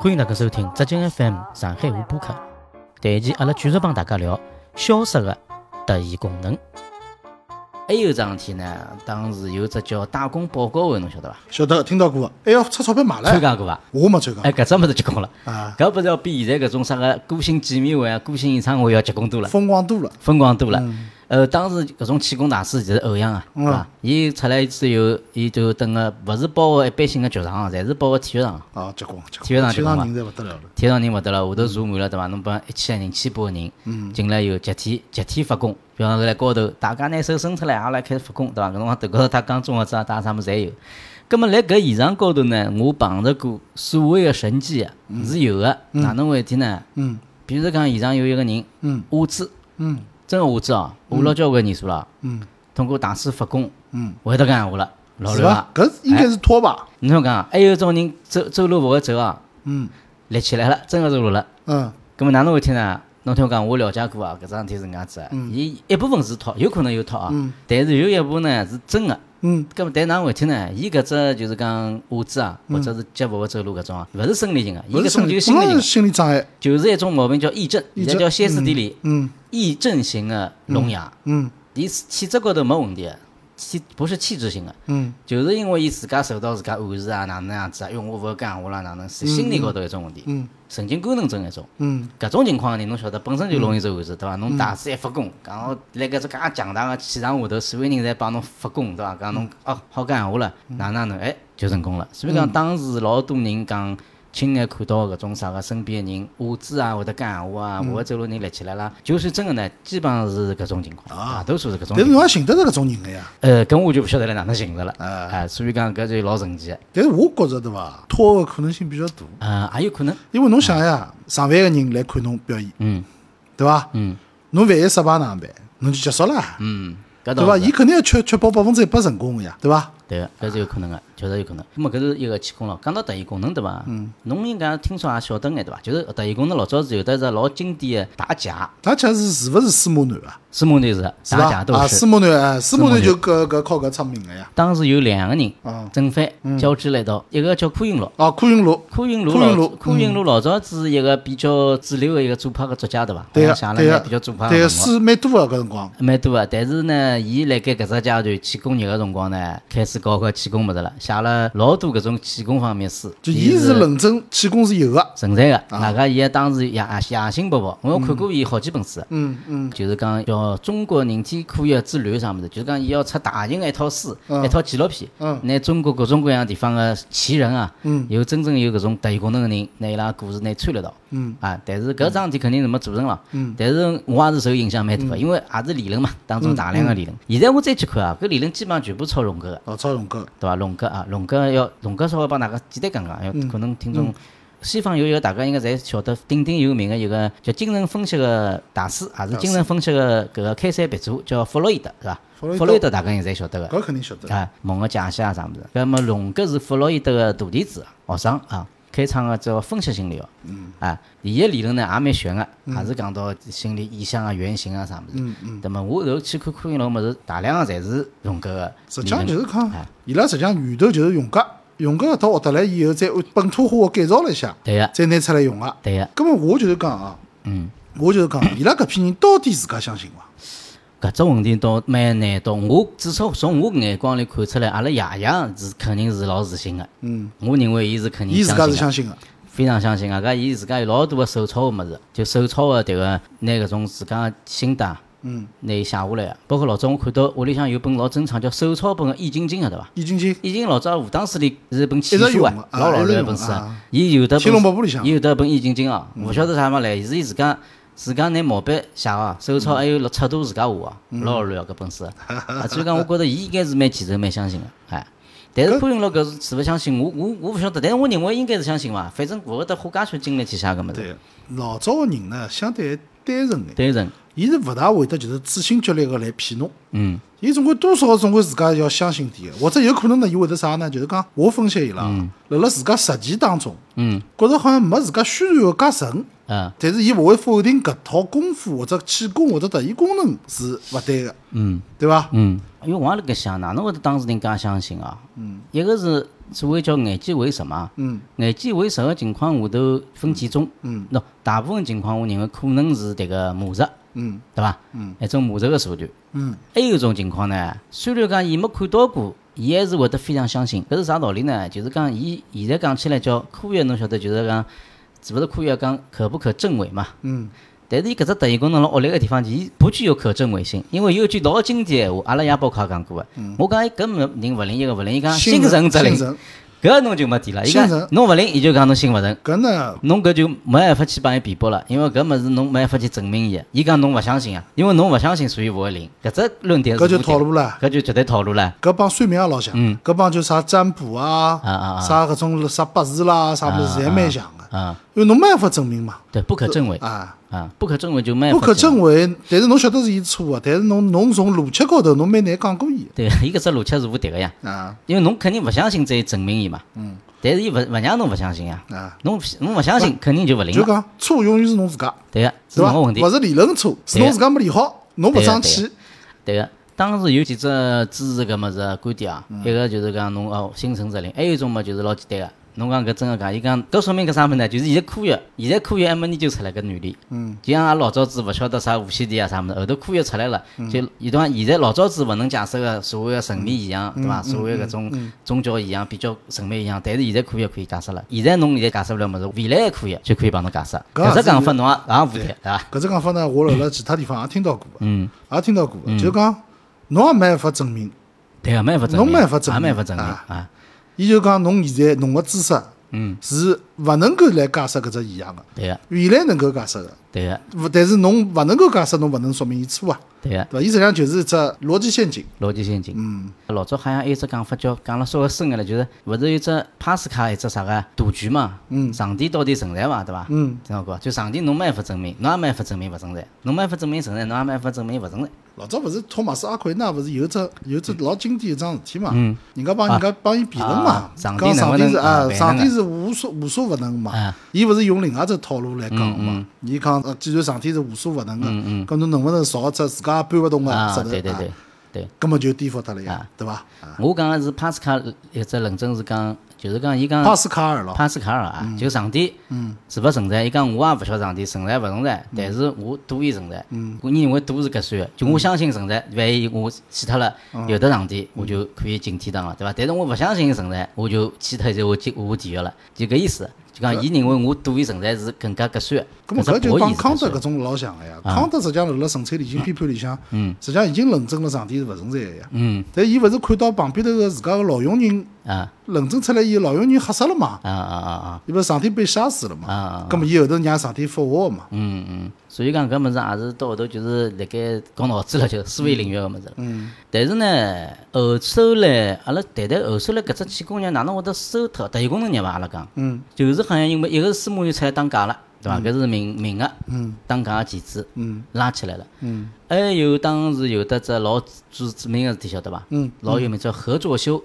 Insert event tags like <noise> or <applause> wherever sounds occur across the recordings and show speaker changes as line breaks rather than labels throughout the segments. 欢迎大家收听浙江 FM 上海话播客。这一期阿拉继续帮大家聊消失的特异功能。还有桩事体呢，当时有只叫打工报告的，侬晓得伐？
晓得听到过，哎还要出钞票买
参
嘞。
加过伐？
我没参加
哎，搿只物事结棍了，
啊，
搿不是要比现在搿种啥个歌星见面会啊、歌星演唱会要结棍多了，
风光多了。
风光多了。呃，当时搿种气功大师就是欧阳啊，
嗯
是伐？伊出来之后，伊就等个勿是包个一般性个剧场，啊侪是包个体育场。
啊，结棍结棍，
体育场
体
结
育
棍
场
伐
人侪勿得了了。
体育场人勿得了，下头坐满了对伐？侬帮一千个人、千把个人
嗯
进来以后，集体集体发功，比方说来高头，大家拿手伸出来，阿拉开始发功对伐？搿辰光头高头打钢中学生、打啥物事侪有。葛么辣搿现场高头呢，我碰着过所谓个神迹啊，是有个。哪能回事体呢？
嗯
比如讲，现场有一个人，
嗯
下肢
嗯
真个下肢哦，下了交关年数了，
嗯
通过大师发功
嗯，
会得讲闲话了，老
是
卵啊
吧？！搿应该是拖把。
侬想讲啊，还有种人走走路勿会走啊，
嗯
立起来了，真个走路了。
嗯
咁么哪能会听呢？侬听我讲，我了解过啊，搿桩事体是搿样子啊。
嗯
伊一部分是套，有可能有套啊，但是有一部分呢是真个。
嗯
咁么但哪能会听呢？伊搿只就是讲下肢啊，或者是脚勿会走路搿种啊，勿是生理性个，伊
嗯勿是
搿种
心
就
理，
是心
不
理性
是
个，
心理障碍。
就是一种毛病叫癔症，现
癔
在
症
叫歇斯底里
嗯
癔症型个聋哑。
嗯
伊体质高头没问题个，气不是气质性个。
嗯
就是因为伊自家受到自家暗示啊，哪能样子啊，因为我勿会讲闲话啦，哪能是心理高头一种问题，
嗯
神经官能症一种。
嗯
搿种情况呢，侬晓得本身就容易受暗示，对伐？侬大师一发功，讲哦，辣搿只介强大个气场下头，所有人侪帮侬发功，对伐？讲
嗯
侬哦好讲闲话了，哪哪能哎就成功了。所以讲当时老多人讲亲眼看到搿种啥个身边个人下肢啊会得讲闲话啊，
嗯
会得走路人立起来啦，就算真个呢，基本上是搿种情况，大多数是搿种
啊但
情
是
况。
侬也寻得着搿种人个呀。
呃，搿我就勿晓得来哪能寻着了，
啊
哎，所以讲搿就老神奇的，
但是我觉着对伐，拖个可能性比较大，
呃，也有可能，
因为侬想呀，上万个人来看侬表演，
嗯
对伐？
嗯
侬万一失败哪能办？侬就结束了，
嗯，搿
对
倒
伐？
是
伊肯定要确确保百分之一百成功个呀，对伐？
对个，搿是有可能个，
啊
确实有可能。咁么搿是一个气功咯。讲到特异功能对伐？嗯，侬应该听说也晓得眼对伐？就是特异功能老早是有得一只老经典个打假，
他其实是勿是司马南啊？
司马南是
是
打
吧
假？斗
啊，
士
司。马南，哎司
司马
马南
南
就搿搿靠搿出名个呀。
当时有两个人
啊
正反交织来一道，一个叫柯云路，
哦，柯云路，
柯云路
柯云嗯
老
路
柯云路老早子是一个比较主流个一个左派个作家对伐？
对
好
个，
像写
对
了眼
个，
比较左派
对
个
个，
文
书蛮多啊个搿辰光。
蛮多个，啊但是呢，伊辣盖搿只阶段去工业个辰光呢，开始搞搞气功物事了，写了老多搿种气功方面书。
就伊是论证气功是有个，
存在个，
啊
外加伊也当时野野心勃勃，我看过伊好几本书，
嗯嗯，
就是讲叫《中国人体科学之乱》啥物事，就是讲伊要出大型个一套书，
嗯
一套纪录片
嗯，
拿中国各种各样地方个奇人啊
嗯，
有真正有搿种特异功能个人，拿伊拉故事拿穿了到。
嗯
啊，但是搿桩事体肯定是没做成了。但是我也是受影响蛮
嗯
大个，因为也是理论嘛，当中大量个理论。现在我再去看啊，搿理论基本上全部抄荣格个。
哦，超勇哥，
对伐？龙哥啊，龙哥要龙哥稍微帮大家简单讲讲，要
嗯
可能听众西方有一个大家应该侪晓得鼎鼎有名的一个叫精神分析个大师，啊也是精神分析个搿个开山鼻祖，叫弗洛伊德，是伐？
弗洛伊
弗
德
洛伊德大家应该侪晓得个。
搿肯定晓得。
啊，梦个解析啊啥物事。搿么龙格是弗洛伊德个徒弟子学生啊，开创个叫分析心理学。嗯。啊，伊个理论呢也蛮玄个，
嗯
也是讲到心理意向啊、原型啊啥物事。嗯嗯。那么我后头去看科研老物事，大量个侪是荣格个
实
理
际上
论。
就是
哎
讲，伊拉实际上源头就是用格，用格搿套学得来以后，再按本土化改造了一下，
对个、
再拿出来用个。
对啊个、
葛末我就是讲啊，
嗯，
我就是讲，伊拉搿批人到底自家相信伐？
搿只问题倒蛮难倒。我至少从我眼光里看出来，阿拉爷爷是肯定是老自信个。
嗯，
我认为伊是肯定
伊自家
相
是
信个，
相信个。
非常相信个。啊搿伊自家有老多个手抄个物事，就手抄个迭个拿搿种自家心得啊
嗯，
拿伊写下来个。啊包括老早我看到屋里向有本老珍藏叫手抄本个《易筋经》个，啊对伐？
易筋经，
易经老早武当时里是一本奇
一直
书
用
啊
啊，
老老
一直
卵一
用
本书啊
啊。
伊有得
天龙八部
本
里，向嗯
伊有得本易筋经啊，勿晓得啥么来，是伊自家自家拿毛笔写啊，手
嗯
抄还有六尺度自家画啊，老老卵啊搿本书
<laughs>
啊。啊所以讲，我觉着伊应该是蛮虔诚、蛮相信个，哎。但是潘云老搿是是勿相信，我我我勿晓得，但是我认为应该是相信伐，反正勿会得花介许多精力去写搿物事。
对，老早个人呢，相对还单纯眼，
单纯，
伊是勿大会得就是处心积虑个来骗侬。
嗯
伊总归多少总归自家要相信点个，或者有可能呢，伊会得啥呢？就是讲，我分析伊拉，辣辣自家实践当中，
嗯
觉着好像没自家宣传个介神，
啊
但是伊勿会否定搿套功夫或者气功或者特异功能是勿对个，
嗯
对伐？
嗯，因为我也辣盖想，哪能会得当事人介相信啊？嗯，一个是所谓叫眼见为实嘛，
嗯，
眼见为实个情况下头分几种，
嗯，
喏，大部分情况我认为可能是迭个磨石，
嗯
对哎伐？
嗯，
一种磨石个手段。
嗯，
还有一种情况呢，虽然讲伊没看到过，伊还是会得非常相信。搿是啥道理呢？就是讲伊现在讲起来叫科学，侬晓得就是讲，是勿是科学讲可不可证伪嘛？
嗯
但是伊搿只特异功能辣恶劣个地方，伊不具有可证伪性，因为有一句老经典闲话，阿拉爷包括也讲过个。啊我讲伊根本人勿灵，一个勿灵，伊讲
嗯信
心诚则灵
信，诚
搿侬就没底了。伊
信
讲
诚
侬勿灵，伊就讲侬心勿诚，
搿呢，
侬搿就没办法去帮伊辩驳了，因为搿物事侬没办法去证明伊。伊讲侬勿相信啊，因为侬勿相信，所以勿会灵。搿只论点是
搿就
无
套
解
路了。
搿就绝对套路了。
搿帮算命也老像，搿帮就啥占卜啊
嗯啊啊啊，
啥搿种啥八字啦，啥物事侪蛮像个，
啊，
因为侬没办法证明嘛，
对，不可证伪
啊，
啊，不可证伪就没办
不
法
可
证
证伪，但是侬晓得是伊错啊个，但是侬侬从逻辑高头侬蛮难讲过伊
对，伊搿只逻辑是无敌个呀，
的啊
因为侬肯定勿相信再证明伊嘛。嗯。但是伊勿勿让侬勿相信呀。
啊，
侬侬勿相信，肯定就勿灵
就
了。
讲错永远是侬自家，
对个，是
对
侬
伐？
个问题
勿。是理论错，是
对
侬
个
自家没理好，侬勿
对个对
争
啊
气，
对个，当时有几只支持搿物事观点啊，
嗯
一个就是讲侬哦心诚则灵，还有一种嘛就是老简单个。侬讲搿真个讲，伊讲搿说明搿啥物事呢？就是现在科学，现在科学还没研究出来搿原理。嗯。就像阿拉老早子勿晓得啥无线电啊啥物事，后头科学出来了，
嗯
就伊讲现在老早子勿能解释个所谓个神秘现
嗯
象，对伐？所谓搿种宗教现象比较神秘现象，但是现在科学可以解释了。现在侬现在解释勿了物事，未来的科学就可以帮侬解释。
搿也
搿
是
只讲法侬也也无敌，对伐？
搿只讲法呢，我辣辣其他地方也听到过的，
嗯，
也听到过的，就讲侬也没办法证明，
对个，没办法证
侬
明，
没法证
也没
明
法证明
啊
啊。
伊就讲侬现在侬个知识，嗯，是勿能够来解释搿只现象个，
对个，
原来能够解释个。
对个，
勿但是侬勿能够解释，侬勿能说明伊错啊，
对个，
对伐？伊实际上就是一只逻辑陷阱。
逻辑陷阱。嗯，老早好像还有一只讲法叫，讲了稍微深眼了，就是勿是有一只帕斯卡一只啥个赌局嘛？嗯，上帝到底存在伐？对伐？
嗯，
听到过伐？就上帝侬没办法证明，侬也没办法证明勿存在，侬没办法证明存在，侬也没办法证明勿存在。
老早勿是托马斯阿奎那勿是有一只有一
嗯
只老经典一桩事体嘛？人家帮人家帮伊辩论嘛
啊，上帝
讲上帝
能不
是
能
啊，
啊
上帝
能
是无所无所勿能嘛
啊。嗯
伊勿是用另外一只套路来讲个嘛？伊讲呃既然上帝是无所勿能个，搿侬能勿能造一只自家搬勿动个
啊，
石头？
对对对
啊，
对。
搿么就颠覆脱了呀
啊，
对伐？
我讲个是帕斯卡一只论证是讲，就是讲伊讲
帕斯卡尔咯，
帕斯卡尔啊，
嗯
就上帝是勿存在。伊讲我也勿晓得上帝存在勿存在，
嗯
但是我赌伊存在。我认为赌是合算的，就我
嗯
相信存在。万一我死脱了，
哦
有得上帝，
嗯
我就可以进天堂了，对伐？但是我勿相信存在，我就死脱就我进我地狱了，就搿意思。就
呃
讲伊认为我赌伊存在是更加合算
咁
的，
么搿
只
就
博
帮
弈是
康
合算的。啊
德搿种老像个呀。康德实际上辣辣《神粹理性批判》里向，实际上已经论证了上帝是勿存在个呀。
嗯
但伊勿是看到旁边头个自家个老佣人
啊
论证出来，伊老佣人吓死了嘛？
啊啊啊啊！
伊勿是上帝被杀死了
啊啊
嘛
啊？
咁么伊后头让上帝复活个嘛？
嗯嗯，所以讲搿物事也是到后头就是辣盖搞脑子了，就是思维领域个物事了。嗯。但是呢，呃后首来，阿拉谈谈后首来搿只气功业哪能会得收脱？特异功能业伐？阿拉讲，
嗯，
就是好像因为一个是司马懿出来当假了，对伐？搿是明明个，嗯，当假个棋子，
嗯，
拉起来了，
嗯，
还有当时有得只老著著名个事体，晓得伐？
嗯，
老有名叫何作修，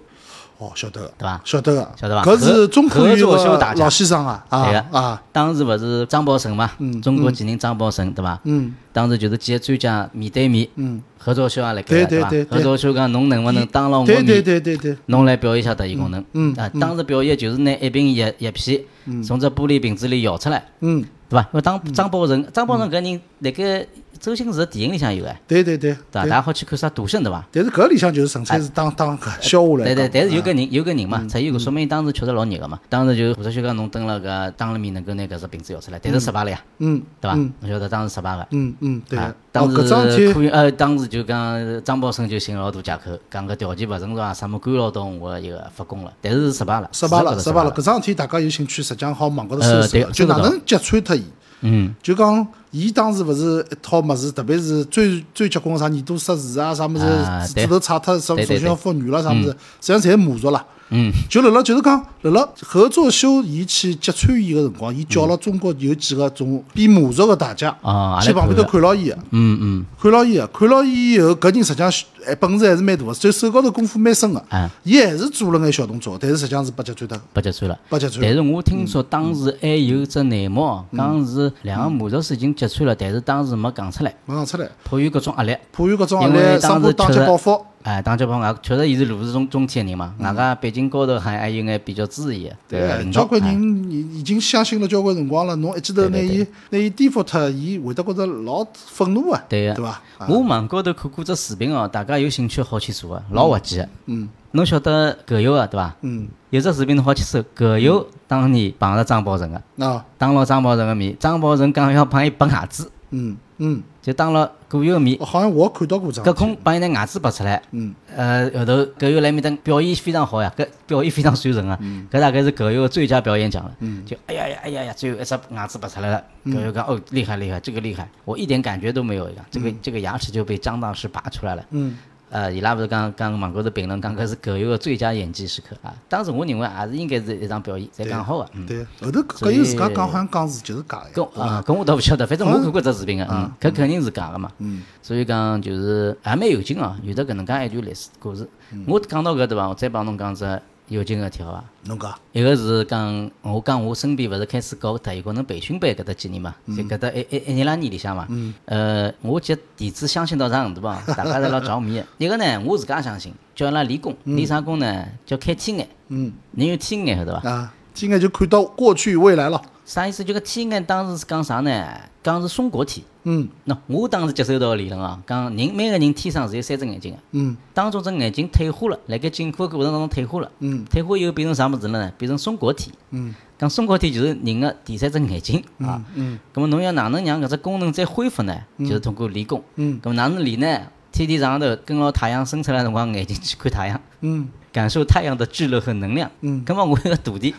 哦，晓得个，
对伐？
晓得个，
晓得伐
搿是
合
中科院
合作修
个
大家
老先生啊，啊
对个
啊，
当时勿是张宝成嘛，中国技人张宝成，对伐？
嗯，
当时就是几个专家面对面，嗯，何作秀也辣盖
对
了，
对
伐
对？
何作秀讲侬能勿能当了我
对对
面，
对对对，
侬来表演一下特异功能？
嗯
啊，当时表演就是拿一瓶药药片从只玻璃瓶子里摇出来，
嗯，
对伐？因为当张宝成，张宝成搿人辣盖周星驰的电影里向有哎，
对对对
对伐？大
对。
家好去看啥赌圣对伐？
但是搿里向就是纯粹是当当笑话来
哎对对，
嗯讲的。
但是有个人有个人嘛，才有个说明当时确实老热个嘛。当时就何作秀讲侬蹲辣搿当了面能够拿搿只瓶子摇出来，但是失败了呀，
嗯，
对伐？侬晓得当时失败个。
嗯嗯，对
啊
个。哦，
当
搿桩事体
时可以，呃，当时就讲张宝生就寻老大借口，讲搿条件勿成熟啊，啥么干扰到我的一个发功了，但是失败了，
失败了，
是
失败了。搿桩事体大家有兴趣，实际上好网高头搜
呃
搜
对
的，
搜
就
得
哪
到
能揭穿脱伊？
嗯，
就讲伊当时勿是一套物事，特别是最最结棍个啥耳朵塞住啊，啥物
啊
事
对
指头插脱，什么
对
首
对
先要妇女啦，啥物事，实际上侪魔术啦。
嗯，
就辣辣就是讲辣辣合作修伊去揭穿伊个辰光，伊叫了中国有几个种变魔术个大家
啊
去
也来
旁边头
看
看牢伊个，
嗯嗯，
看牢伊个，看牢伊以后，搿人实际上是哎本事还是蛮大个，就手高头功夫蛮深个
啊，
伊还是做了眼小动作，但是实际上是被揭穿脱的，
不揭穿了。
被揭穿
但
的。
是我听
嗯
说当时还有只内幕哦，讲是两个魔术师已经揭穿了，但是当时没讲出来，
没讲出来，
迫于各种压力，
迫于搿种压
因为
力，
当
上坡
时
打
确
击
实
报复，
哎，打交道外，确实伊是路是中中天人嘛，外加背景高头还还有眼比较支持的，
嗯啊
领
交
导
关
哎
人已已经相信了交关辰光了，侬一记头拿
对对
伊拿伊颠覆脱，伊会得觉着老愤怒啊，
对
对
个
伐？啊
我网高头看过只视频哦，大家有兴趣好去查个，老滑稽个。嗯，侬晓得葛优啊个对伐？
嗯，
有只视频侬好去搜，葛优当年碰着张宝成个，
啊，
当牢张宝成个面，张宝成讲要帮伊拔牙齿，
嗯嗯，
就当牢葛优个面，
好像我也看到过张，
隔空帮伊拿牙齿拔出来。
嗯，
呃，后头葛优来面搭表演非常好呀，搿表演非常传神啊。
嗯
搿大概是葛优个最佳表演奖了。就哎呀呀哎呀呀，最后一只牙齿拔出来了。
嗯
葛优讲哦，厉害厉害，这个厉害，我一点感觉都没有一样，这个这个牙齿就被张大师拔出来了。
嗯，
呃，伊拉勿是刚刚网高头评论讲搿是葛优个最佳演技时刻啊。当时我认为也是应该是一场表演，才讲好个。嗯
对，后头
所
搿
以
有自家讲，好像讲是就是假
跟
个，
啊，跟我倒勿晓得，反正我看过只视频个，嗯，搿肯定是假个嘛。所以讲就是还蛮有劲啊，有得搿能介一段历史故事。我讲到搿对伐？我再帮侬讲只有劲个事体好伐？
侬讲，
一个是讲，我讲我身边勿是开始搞特异功能培训班搿搭几年嘛，就搿搭一一一年两年里向嘛。呃，我觉得底子相信到啥程度啊？大家侪老着迷个。一个呢，我自家相信，叫伊拉练功，练啥功呢？叫开天眼。
嗯
侬有天眼晓得伐？
啊，今眼就看到过去未来了，
啥意思？就搿天眼当时是讲啥呢？讲是松果体。
嗯
喏，我当时接受到个理论啊，讲人每个人天生是有三只眼睛个，
嗯
当中只眼睛退化了，辣盖进化过程当中退化了，
嗯
退化以后变成啥物事了呢？变成松果体。
嗯
讲松果体就是人个第三只眼睛啊。
嗯
咁么侬要哪能让搿只功能再恢复呢？就是通过练功。
嗯
咁么哪能练呢？天天上头跟牢太阳升出来的辰光，眼睛去看太阳，
嗯
感受太阳的炙热和能量。
嗯
咁么我有个徒弟，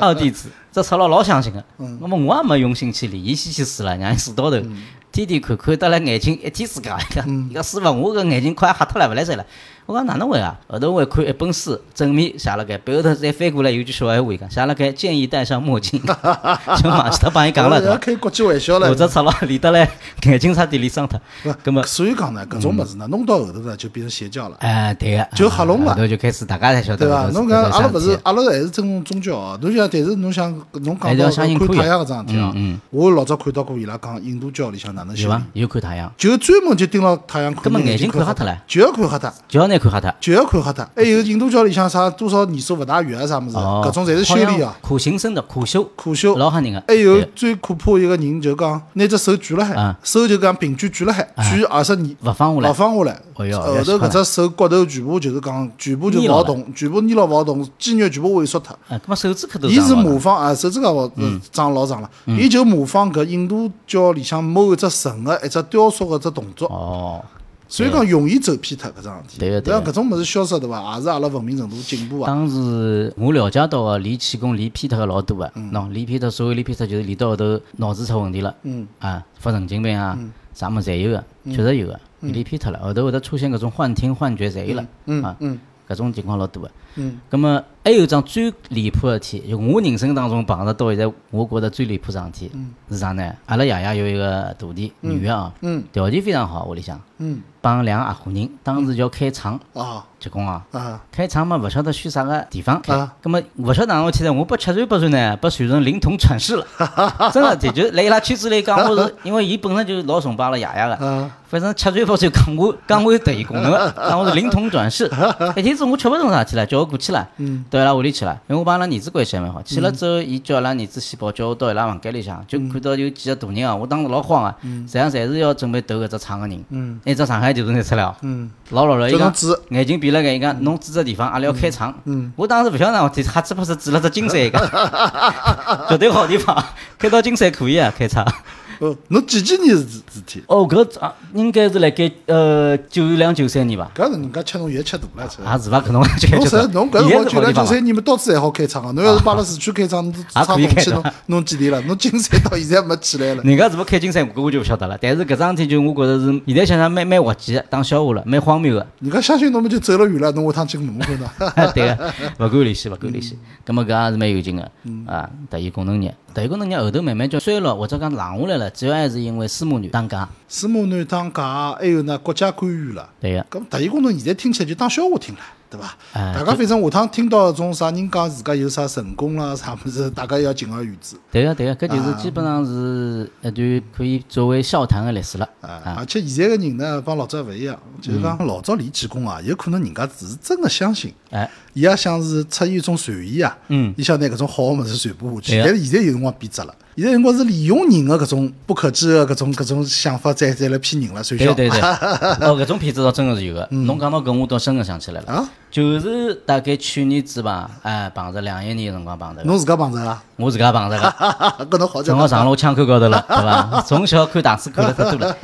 二弟子，这操佬老相信个。
嗯
那么我也没用心去理，伊先去试了，让伊试到头，天天看看得来眼睛一天自家。伊讲伊讲师傅，我搿眼睛快瞎脱了，勿来塞了。我讲哪能会啊？后头我一看一本书，正面写了该，背后头再翻过来有句小闲话，伊讲写了该建议戴上墨镜，就马上头帮伊讲了，对
要
伐？
开国际玩笑了
否。则操佬理得来眼睛差点理伤脱。葛末
不，所以讲呢，搿
嗯
种物事呢，弄到后头呢，就变成邪教了。
哎，对个，
就吓聋了
后头就开始大家侪晓得
对伐？
搿
侬
搿
讲
搿
阿拉勿
事
是
体
阿拉还是正宗教哦。侬想，但是侬想，侬
还
讲
是要
到
相信
看
科
太
学嗯
阳搿桩事体哦，我老早看到过伊拉讲印度教里向哪能
有
修
伐
炼，？
有看太阳，
就专门就盯牢太阳看，
根本
眼
眼睛
看
看瞎
它
脱了，
就要看黑它，
就要拿看吓脱。
就要看黑它。还有印度教里向啥多少年数勿大远啊啥物事，
哦，
搿种侪是修
好
炼
像
啊，哎
苦行僧的苦修，
苦修。
老吓人个。
还有
对
最可怕一个人就讲拿只手举了海
啊，
手就讲平举举了海，举二十年，
勿放下来
勿哦放下来。
哎哟
后
要死脱
头
了
搿只手骨头全部就是讲全部就
捏牢
勿
了
动，全部捏牢勿动，肌肉全部萎缩脱。
哎，搿么手指壳都
伊是
长了嗯
模仿啊，手指甲哦，长老长了，伊就模仿搿印度教里向某一只神个一只雕塑个只动作，
哦，
所以讲容易走偏脱搿桩事体。
对个对
对
个
伐？搿种物事消失对伐？也是阿拉文明程度进步啊。
当时我了解到个练气功练偏脱个老多个，啊
嗯
喏，练偏脱，所谓练偏脱就是练到后头脑子出问题了，嗯，啊，发神经病
嗯
啊，啥物事侪有个，确实有个，啊练偏脱了，后头会得出现搿种幻听幻觉侪有了，
嗯
啊，搿种情况老多个，嗯，葛么还有一桩最离谱个事体，就我人生当中碰着到现在，我觉着最离谱桩事体是啥呢？阿拉爷爷有一个徒弟，女个啊，嗯，条件非常好，屋里向，
嗯，
帮两个合伙人，当时要开厂
啊
结棍啊。
啊
开厂嘛，勿晓得选啥个地方开
啊，
咁么勿晓得哪能去呢？我被七传八传呢，被传成灵童转世了， <laughs> 真的，的确，辣伊拉圈子里讲，我是因为伊本身就是老崇拜阿拉爷爷个，
啊！
反正七传八传讲我讲我有特异功能个，讲我是灵童转世。一天子我吃勿懂啥事体了，叫我过去了，到伊拉屋里去了，因为我帮阿拉儿子关系还蛮好。去了之后，伊叫阿拉儿子先跑，叫我到伊拉房间里向，就看到有几个大人啊，我当时老慌啊，实际上侪是要准备投搿只厂个人，一只上海地图拿出来哦，老老了，伊
嗯就
讲
侬。指
眼睛闭了眼，伊讲侬指只地方，阿拉要开厂。我当时勿晓得哪回事体，瞎指不是指了只金山，伊讲绝对好地方，开到金山可以啊，开厂。
哦，侬几几年事事体？
哦，搿啊应该是辣盖呃九两九三年吧，
搿是人家吃侬越吃大了，吃。
也是伐？可能就
侬
就
实侬搿辰
现
光
在是好地方
九两九
啊伐
三年嘛，到处侪好开厂啊！侬要是摆辣市区开厂，侬
啊
厂
可以
房
开
去
的
侬侬几年了？侬金山到现在没起来了。
人家是勿开金山，搿我就勿晓得了。但是搿桩事体就我觉着是，现在想想蛮蛮滑稽的，当笑话了，蛮荒谬
<laughs>
个。
人家相信侬们就走了远了，侬下趟进门口呢？ <laughs>
对个，勿敢联系，勿敢联
嗯
系。葛么搿也是蛮有劲个啊！特异功能日，特异功能日后头慢慢叫衰落，或者讲冷下来了，主要还是因为司马南当家。
哎司马南当家，还有呢国家官员了。
对个。
咁特异功能现在听起来就当笑话听了。对伐？
哎
大家反正下趟听到种啥人讲自家有啥成功啦 <laughs> 啥物事，大家要敬而远之。
对个对个，搿
啊
就是基本上是一段可以作为笑谈个历史了。
啊，而且现在个人呢，帮老早勿一样，
嗯
就是讲老早理气功啊，有可能人家只是真的相信，
哎，
伊也想是出于一种传言啊，
嗯，
伊想拿搿种好个物事传播下去。
对啊
但是现在有辰光变质了，现在有辰光是利用人个搿种不可知个搿种搿种想法，再再来骗人了，传销
对啊
<laughs>
对对，哦，搿种片子倒真个是有个。侬讲到搿，我倒真个想起来了，
嗯啊，
就是大概去年子吧，哎，碰着两一年个辰光碰着个，
侬自家碰着啊， <laughs>
我自家碰着个。
搿侬好
正
讲
好上了我枪口高头了，对伐？ <laughs> 从小看大师看了太多了。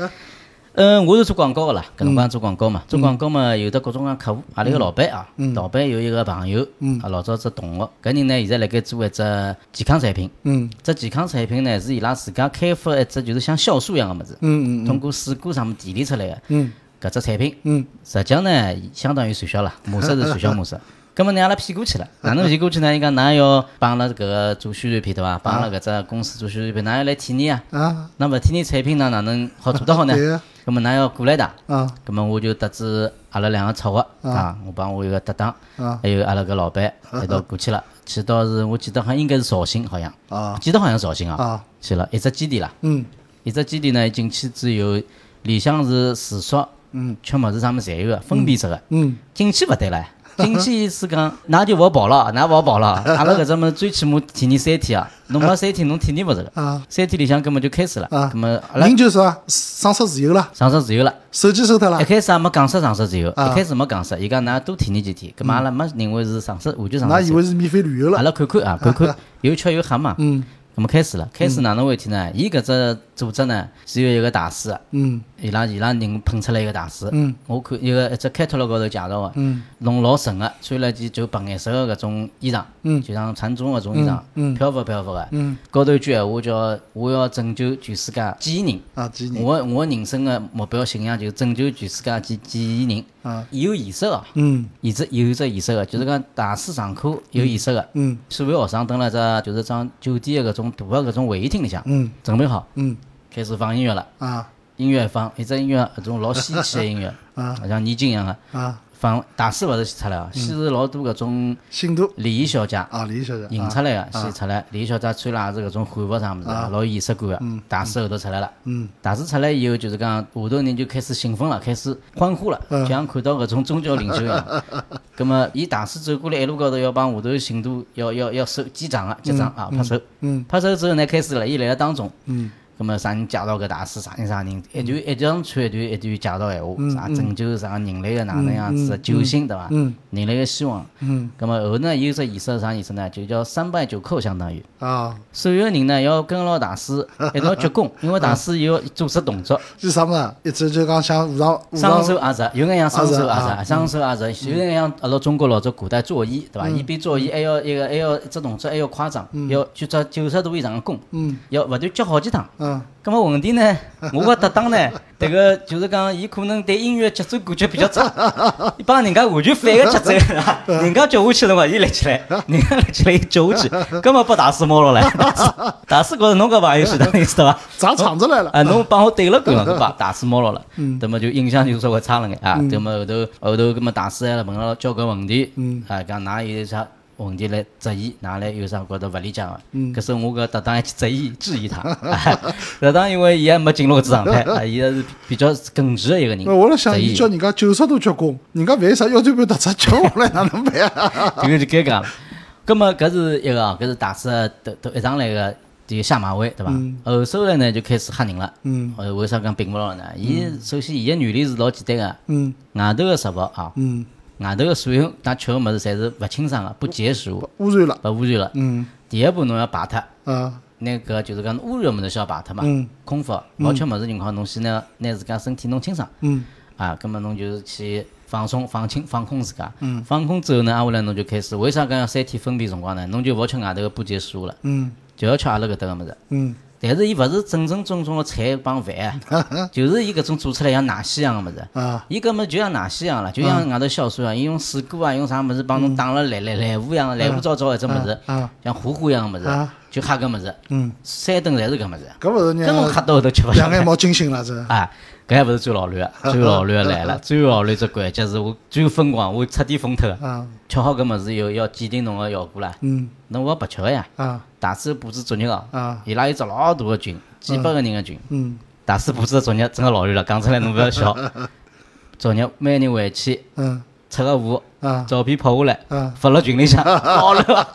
嗯，我是做广告个啦，搿
嗯
辰光做广告嘛，做广告嘛，有的各种各样啊客户。阿拉个老板啊，
嗯
老板有一个朋友，啊，老早只同学，搿人呢现在辣盖做一只健康产品。
嗯
只健康产品呢是伊拉自家开发一只，就是像酵素一样个物事，
嗯嗯
通过水果啥物事提炼出来个。
嗯
搿只产品，
嗯，
实际上呢，相当于传销
<laughs>
啦，模式是传销模式。葛末呢，阿拉骗过去了，哪能骗过去呢？伊讲㑚要帮阿拉搿个做宣传片对伐？帮阿拉搿只公司做宣传片，㑚要来体验啊。
啊
那么体验产品呢，哪能好做得好呢？
<laughs> 对啊
葛末㑚要过来打。
啊
葛末我就得知阿拉两个策划啊，我帮我一个搭档，
啊
还有阿拉搿老
<laughs>
板一道过去了。去到是我记得好像应该是绍兴，好像
啊
记得好像是绍兴啊。
啊，
去了一只基地啦，
嗯
一只基地呢进去之后，里向是住宿，嗯，吃么子啥么子侪有个，分辨式个。
嗯
进去勿对 <laughs> 唻，进去是讲，㑚就勿好跑了，㑚勿好
<laughs>
跑了，阿拉搿只物事最起码体验三天啊，侬没三天侬体验勿着个，
啊
三天里向根本就开始了，
啊
葛末阿拉
人就是啊，丧失自由了，
上色自由了。
手机收脱了
一，开始也没讲啥上色自由，
啊
一开始没讲啥，伊讲㑚多体验几天，葛末阿拉没认为是上色，完全上色
㑚
自
以
由。
为是免费旅游
阿
了，
拉看看啊，看看有吃有喝嘛。
嗯
葛末开始了，开始哪能回事体呢？伊搿只组织呢是有一个大师的，
嗯
伊拉伊拉人捧出来一个大师，
嗯
我看一个一只 catalog 高头介绍个，
嗯
弄老神个，穿了件就白颜色个搿种衣裳，
嗯
就像禅宗搿种衣裳，
嗯嗯
漂浮漂浮个，
嗯
高头一句闲话叫我要拯救全世界几亿人。
啊，几年
我我人生个目标信仰就是拯救全世界几几亿人，
啊，
有意识个，
嗯
有只有只意识个，就是讲大师上课有意识个。
嗯
所有学生蹲辣只就是张酒店个搿种大个搿种会议厅里向，
嗯
准备好
嗯
开始放音乐了。
啊
音乐放一只音乐，搿种老稀奇的音乐，
<laughs> 啊嗯
好像念经一样的。
啊，
放大师勿是出来啊，先是老多搿种
信徒
礼仪小姐
啊，李小姐
引
啊
出来个，先出来。礼仪小姐穿了也是搿种汉服啥物事啊，老有仪式感个。大师后头出来了，
嗯
大师出来以后就是讲下头人就开始兴奋了，开始欢呼了，
嗯
就像看到搿种宗教领袖一
<laughs>
样。葛末伊大师走过来一路高头要帮下头信徒要要要手击掌啊，击掌啊，拍手。
嗯
拍手之后呢，开始了，伊来了当中。
嗯
咁么啥人介绍搿大师，啥人啥人，一段一段穿一段一段介绍闲话，啥拯救啥人类个哪能样子，救星对伐？
嗯
人类个希望。
嗯
咁么后呢，有只仪式是啥仪式呢？就叫三拜九叩，相当于
啊，
所有人呢要跟牢大
<laughs>
师一道鞠躬，因为大师要组织动作，
是啥么子？一直就讲像武当武
双
当
手压实，有眼像双手
啊是
压实，双手压实，有眼像阿拉中国老早古代坐椅对伐？
嗯
伊比坐椅还要一个还要一只动作还要夸张，要举只九十度以上个躬，
嗯
要勿断鞠好几趟。
嗯
咁么问题呢？ <laughs> 我个搭档呢，迭个就是讲，伊可能对音乐节奏感觉比较差，伊帮人家完全反个节奏， <laughs> 人家叫下去了嘛，伊立起来， <laughs> 人家立起来，伊叫下去，根本把大师摸牢了。大师大师觉着侬搿朋友是哪能意思对伐？
长厂子来了
啊，侬帮我对了管了，搿
<laughs>
把大师摸牢了，
嗯
那么就印象就稍微差了眼啊。那么后头后头，搿么大师还问了交关问题，
嗯
啊，讲㑚有啥问题来质疑，㑚来有啥觉得勿理解个？
嗯
搿时候我搿搭档还去质疑质疑他，啊搭档因为伊还没进入搿只状态，啊，伊还是比较耿直的一个人。
那我辣想，
质疑
伊叫人家九十度鞠躬，人家万一啥腰椎盘突出，叫下来哪能办啊？ <laughs>
这个就尴尬了。葛么搿是一个啊，搿是大师都都一上来个就下马威，对伐？后首来呢就开始吓人了。
嗯
呃，为啥讲并勿牢呢？伊首先伊个原理是老简单个，
嗯
外头个食物啊，
嗯，
外头个所有㑚吃个物事侪是勿清爽个，不洁食物，
污染了，
勿污染了。
嗯
第一步侬要排脱。
啊
那个就是讲污染物事先要排脱嘛
嗯，
空腹老吃物事情况，侬先拿拿自家身体弄清爽，
嗯
啊，葛么侬就是去放松、放轻、放空自家。
嗯
放空之后呢，挨下啊来侬就开始，为啥讲要三天分辨辰光呢？侬就勿吃外头个不洁食物了，
嗯
就要吃阿拉搿搭个物事。
嗯 <laughs>
但是伊勿是正正宗宗个菜帮饭啊，就是伊搿种做出来像奶昔一样个物事。
啊
伊搿么就像奶昔一样了，
嗯
就像外头酵素一样，伊用水果啊，用啥物事帮侬打了烂烂烂糊一样，烂糊糟糟一只物事
啊，
像糊糊一样个物事
啊。
就吓搿物事，嗯，三顿侪是搿物事，
搿勿是
搿
让
侬吓
人
到后头吃勿消
啊两
<laughs>
眼冒金星了这。
啊，搿还勿是最老卵
<laughs>
的，最老卵的来了，最老卵只关键是我最疯狂，我彻底疯脱了。
啊
吃好搿物事以后，要鉴定侬个效果啦。
嗯
侬勿要白吃个呀。
啊
大水捕鱼作业哦，
啊
伊拉有只老大个群，几百个人个群。
嗯
大水捕鱼作业真个老卵了，讲出来侬勿要
<laughs>
笑。作业每人回去
嗯
出个户，
啊
照片拍下来，
啊
发辣群里
<laughs>
向，哦好了吧？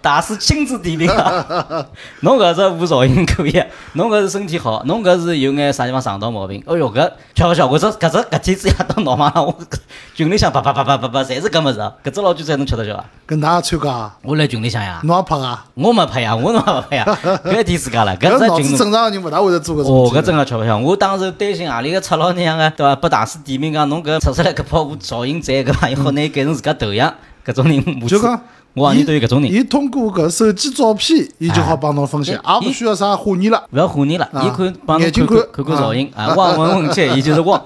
大师亲自点评
<laughs>
啊！侬搿只无噪音可以，侬搿是身体好，侬搿是有眼啥地方肠道毛病？哎哟，搿吃勿消，我这搿只搿天子夜到闹忙了，我 <laughs> 搿群里向叭叭叭叭叭叭，侪是搿物事啊！搿只老韭菜侬吃得消啊？
搿㑚也参加啊？
我来群里向呀，
侬也拍啊？
我没拍呀，我哪没
<laughs>
拍呀？搿天自家了，
搿
搿
脑
只群
子
侬。
正常个人勿大会得做搿
哦，
种
搿
事体
真个吃勿消。我当时担心何啊里个赤佬娘个，对伐？被大师点名讲侬搿出出来搿泡噪音贼搿伐？以后拿伊改成自家头像，搿种人
的。
我
就讲，
我行
伊
业对于搿种人。
伊通过搿手机照片，伊就好帮侬分析，
哎
也勿需要啥画面了。
勿要唬人了，
啊
伊看帮侬
眼睛
看看
看
看噪音啊，望闻问切，伊就是
<laughs>
望。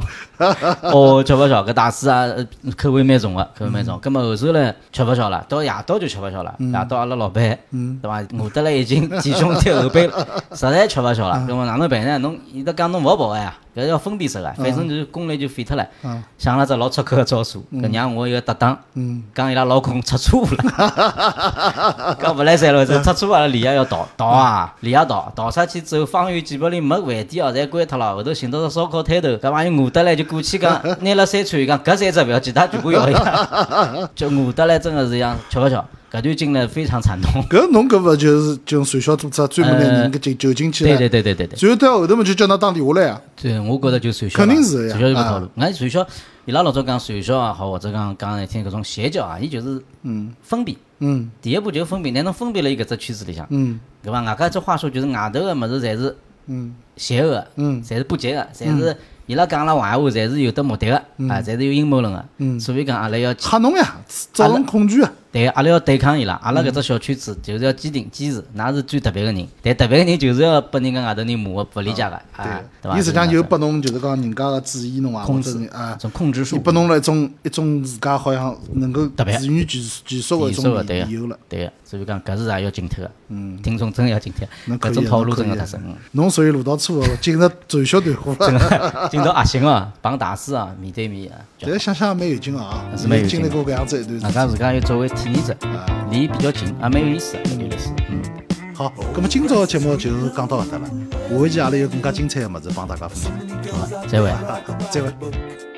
哦，吃勿消，搿大师啊，呃口味蛮重个，口味蛮
嗯
重。葛末后头呢，吃勿消了，到夜到就吃勿消了。夜到阿拉老板，
嗯
对伐？饿得来已经前胸贴后背
<laughs>
了，实在吃勿消
啊
了。葛末哪能办呢？侬伊拉讲侬勿好跑个呀，搿要分辨式个，反正就是功力就废脱了。
啊
想了只老出口个招数，搿让我一个搭档，
嗯
讲伊拉老公出车祸了，
<laughs>
讲勿来三了，这出车祸阿拉李亚要逃逃啊，李亚逃逃出去之后，方圆几百里没饭店哦，侪关脱了。后头寻到只烧烤摊头，搿帮伊饿得来就过去
<laughs>
讲，拿了三串，讲搿三只勿要紧，他全部要一
<laughs>
样，就饿得来真个是一样吃勿消。搿段经历非常惨痛。
搿侬搿勿就是就传销组织专门拿人搿就囚禁起
对
来，
对对对对对，
然后到后头嘛就叫㑚打电话来啊。
对，我觉着就传销
肯
吧
定是呀
传销有个套
啊
路。俺传销，伊拉老早讲传销也好，或者讲讲难听搿种邪教啊，伊就是嗯分辨。
嗯
第一步就是分辨，拿侬分辨了伊搿只圈子里向，
嗯
对伐？外加一只话说就是外头个物事侪是
嗯
邪恶个，
嗯嗯
侪是不洁个，侪是伊拉讲了坏话，侪是有得目的个，啊，侪是有阴谋论个。所以讲阿拉要
吓侬呀，造成恐惧啊！
对，阿拉要对抗伊拉，阿拉搿只小圈子就是要坚定坚持，㑚是最特别个人，但特别个人就是要拨人家外头人骂，勿理解个，啊，对伐？
伊实际上
就是
就
搿
拨侬就是讲人家个注意侬啊，或
控
者
制
是啊
种，种控制
伊
术，
拨侬了一种一种自家好像能够
特别
自圆其其说个一
提速个
种
对
理由了
个。，对个，所以讲搿是也要警惕个，嗯，听众真的要警惕，
侬可
搿种
以啊
套
侬
路
可
真个
以
太
啊
深。嗯
侬属于路到错
<laughs>
误，进入传销团伙了。
真 <laughs> 的进到核心啊，帮大师啊，面对面啊，
现哎在想想也蛮有劲个啊，
是蛮有劲
经
的啊
历过搿样子一段
外
事
加自家又作为体验者
啊，
离比较近，也蛮有意思的，蛮有意思的。嗯，
体。好，葛么今朝个节目就讲到搿搭了，下一期阿拉有更加精彩个物事帮大家分享。
好吧，再会。
啊再会。
Bible.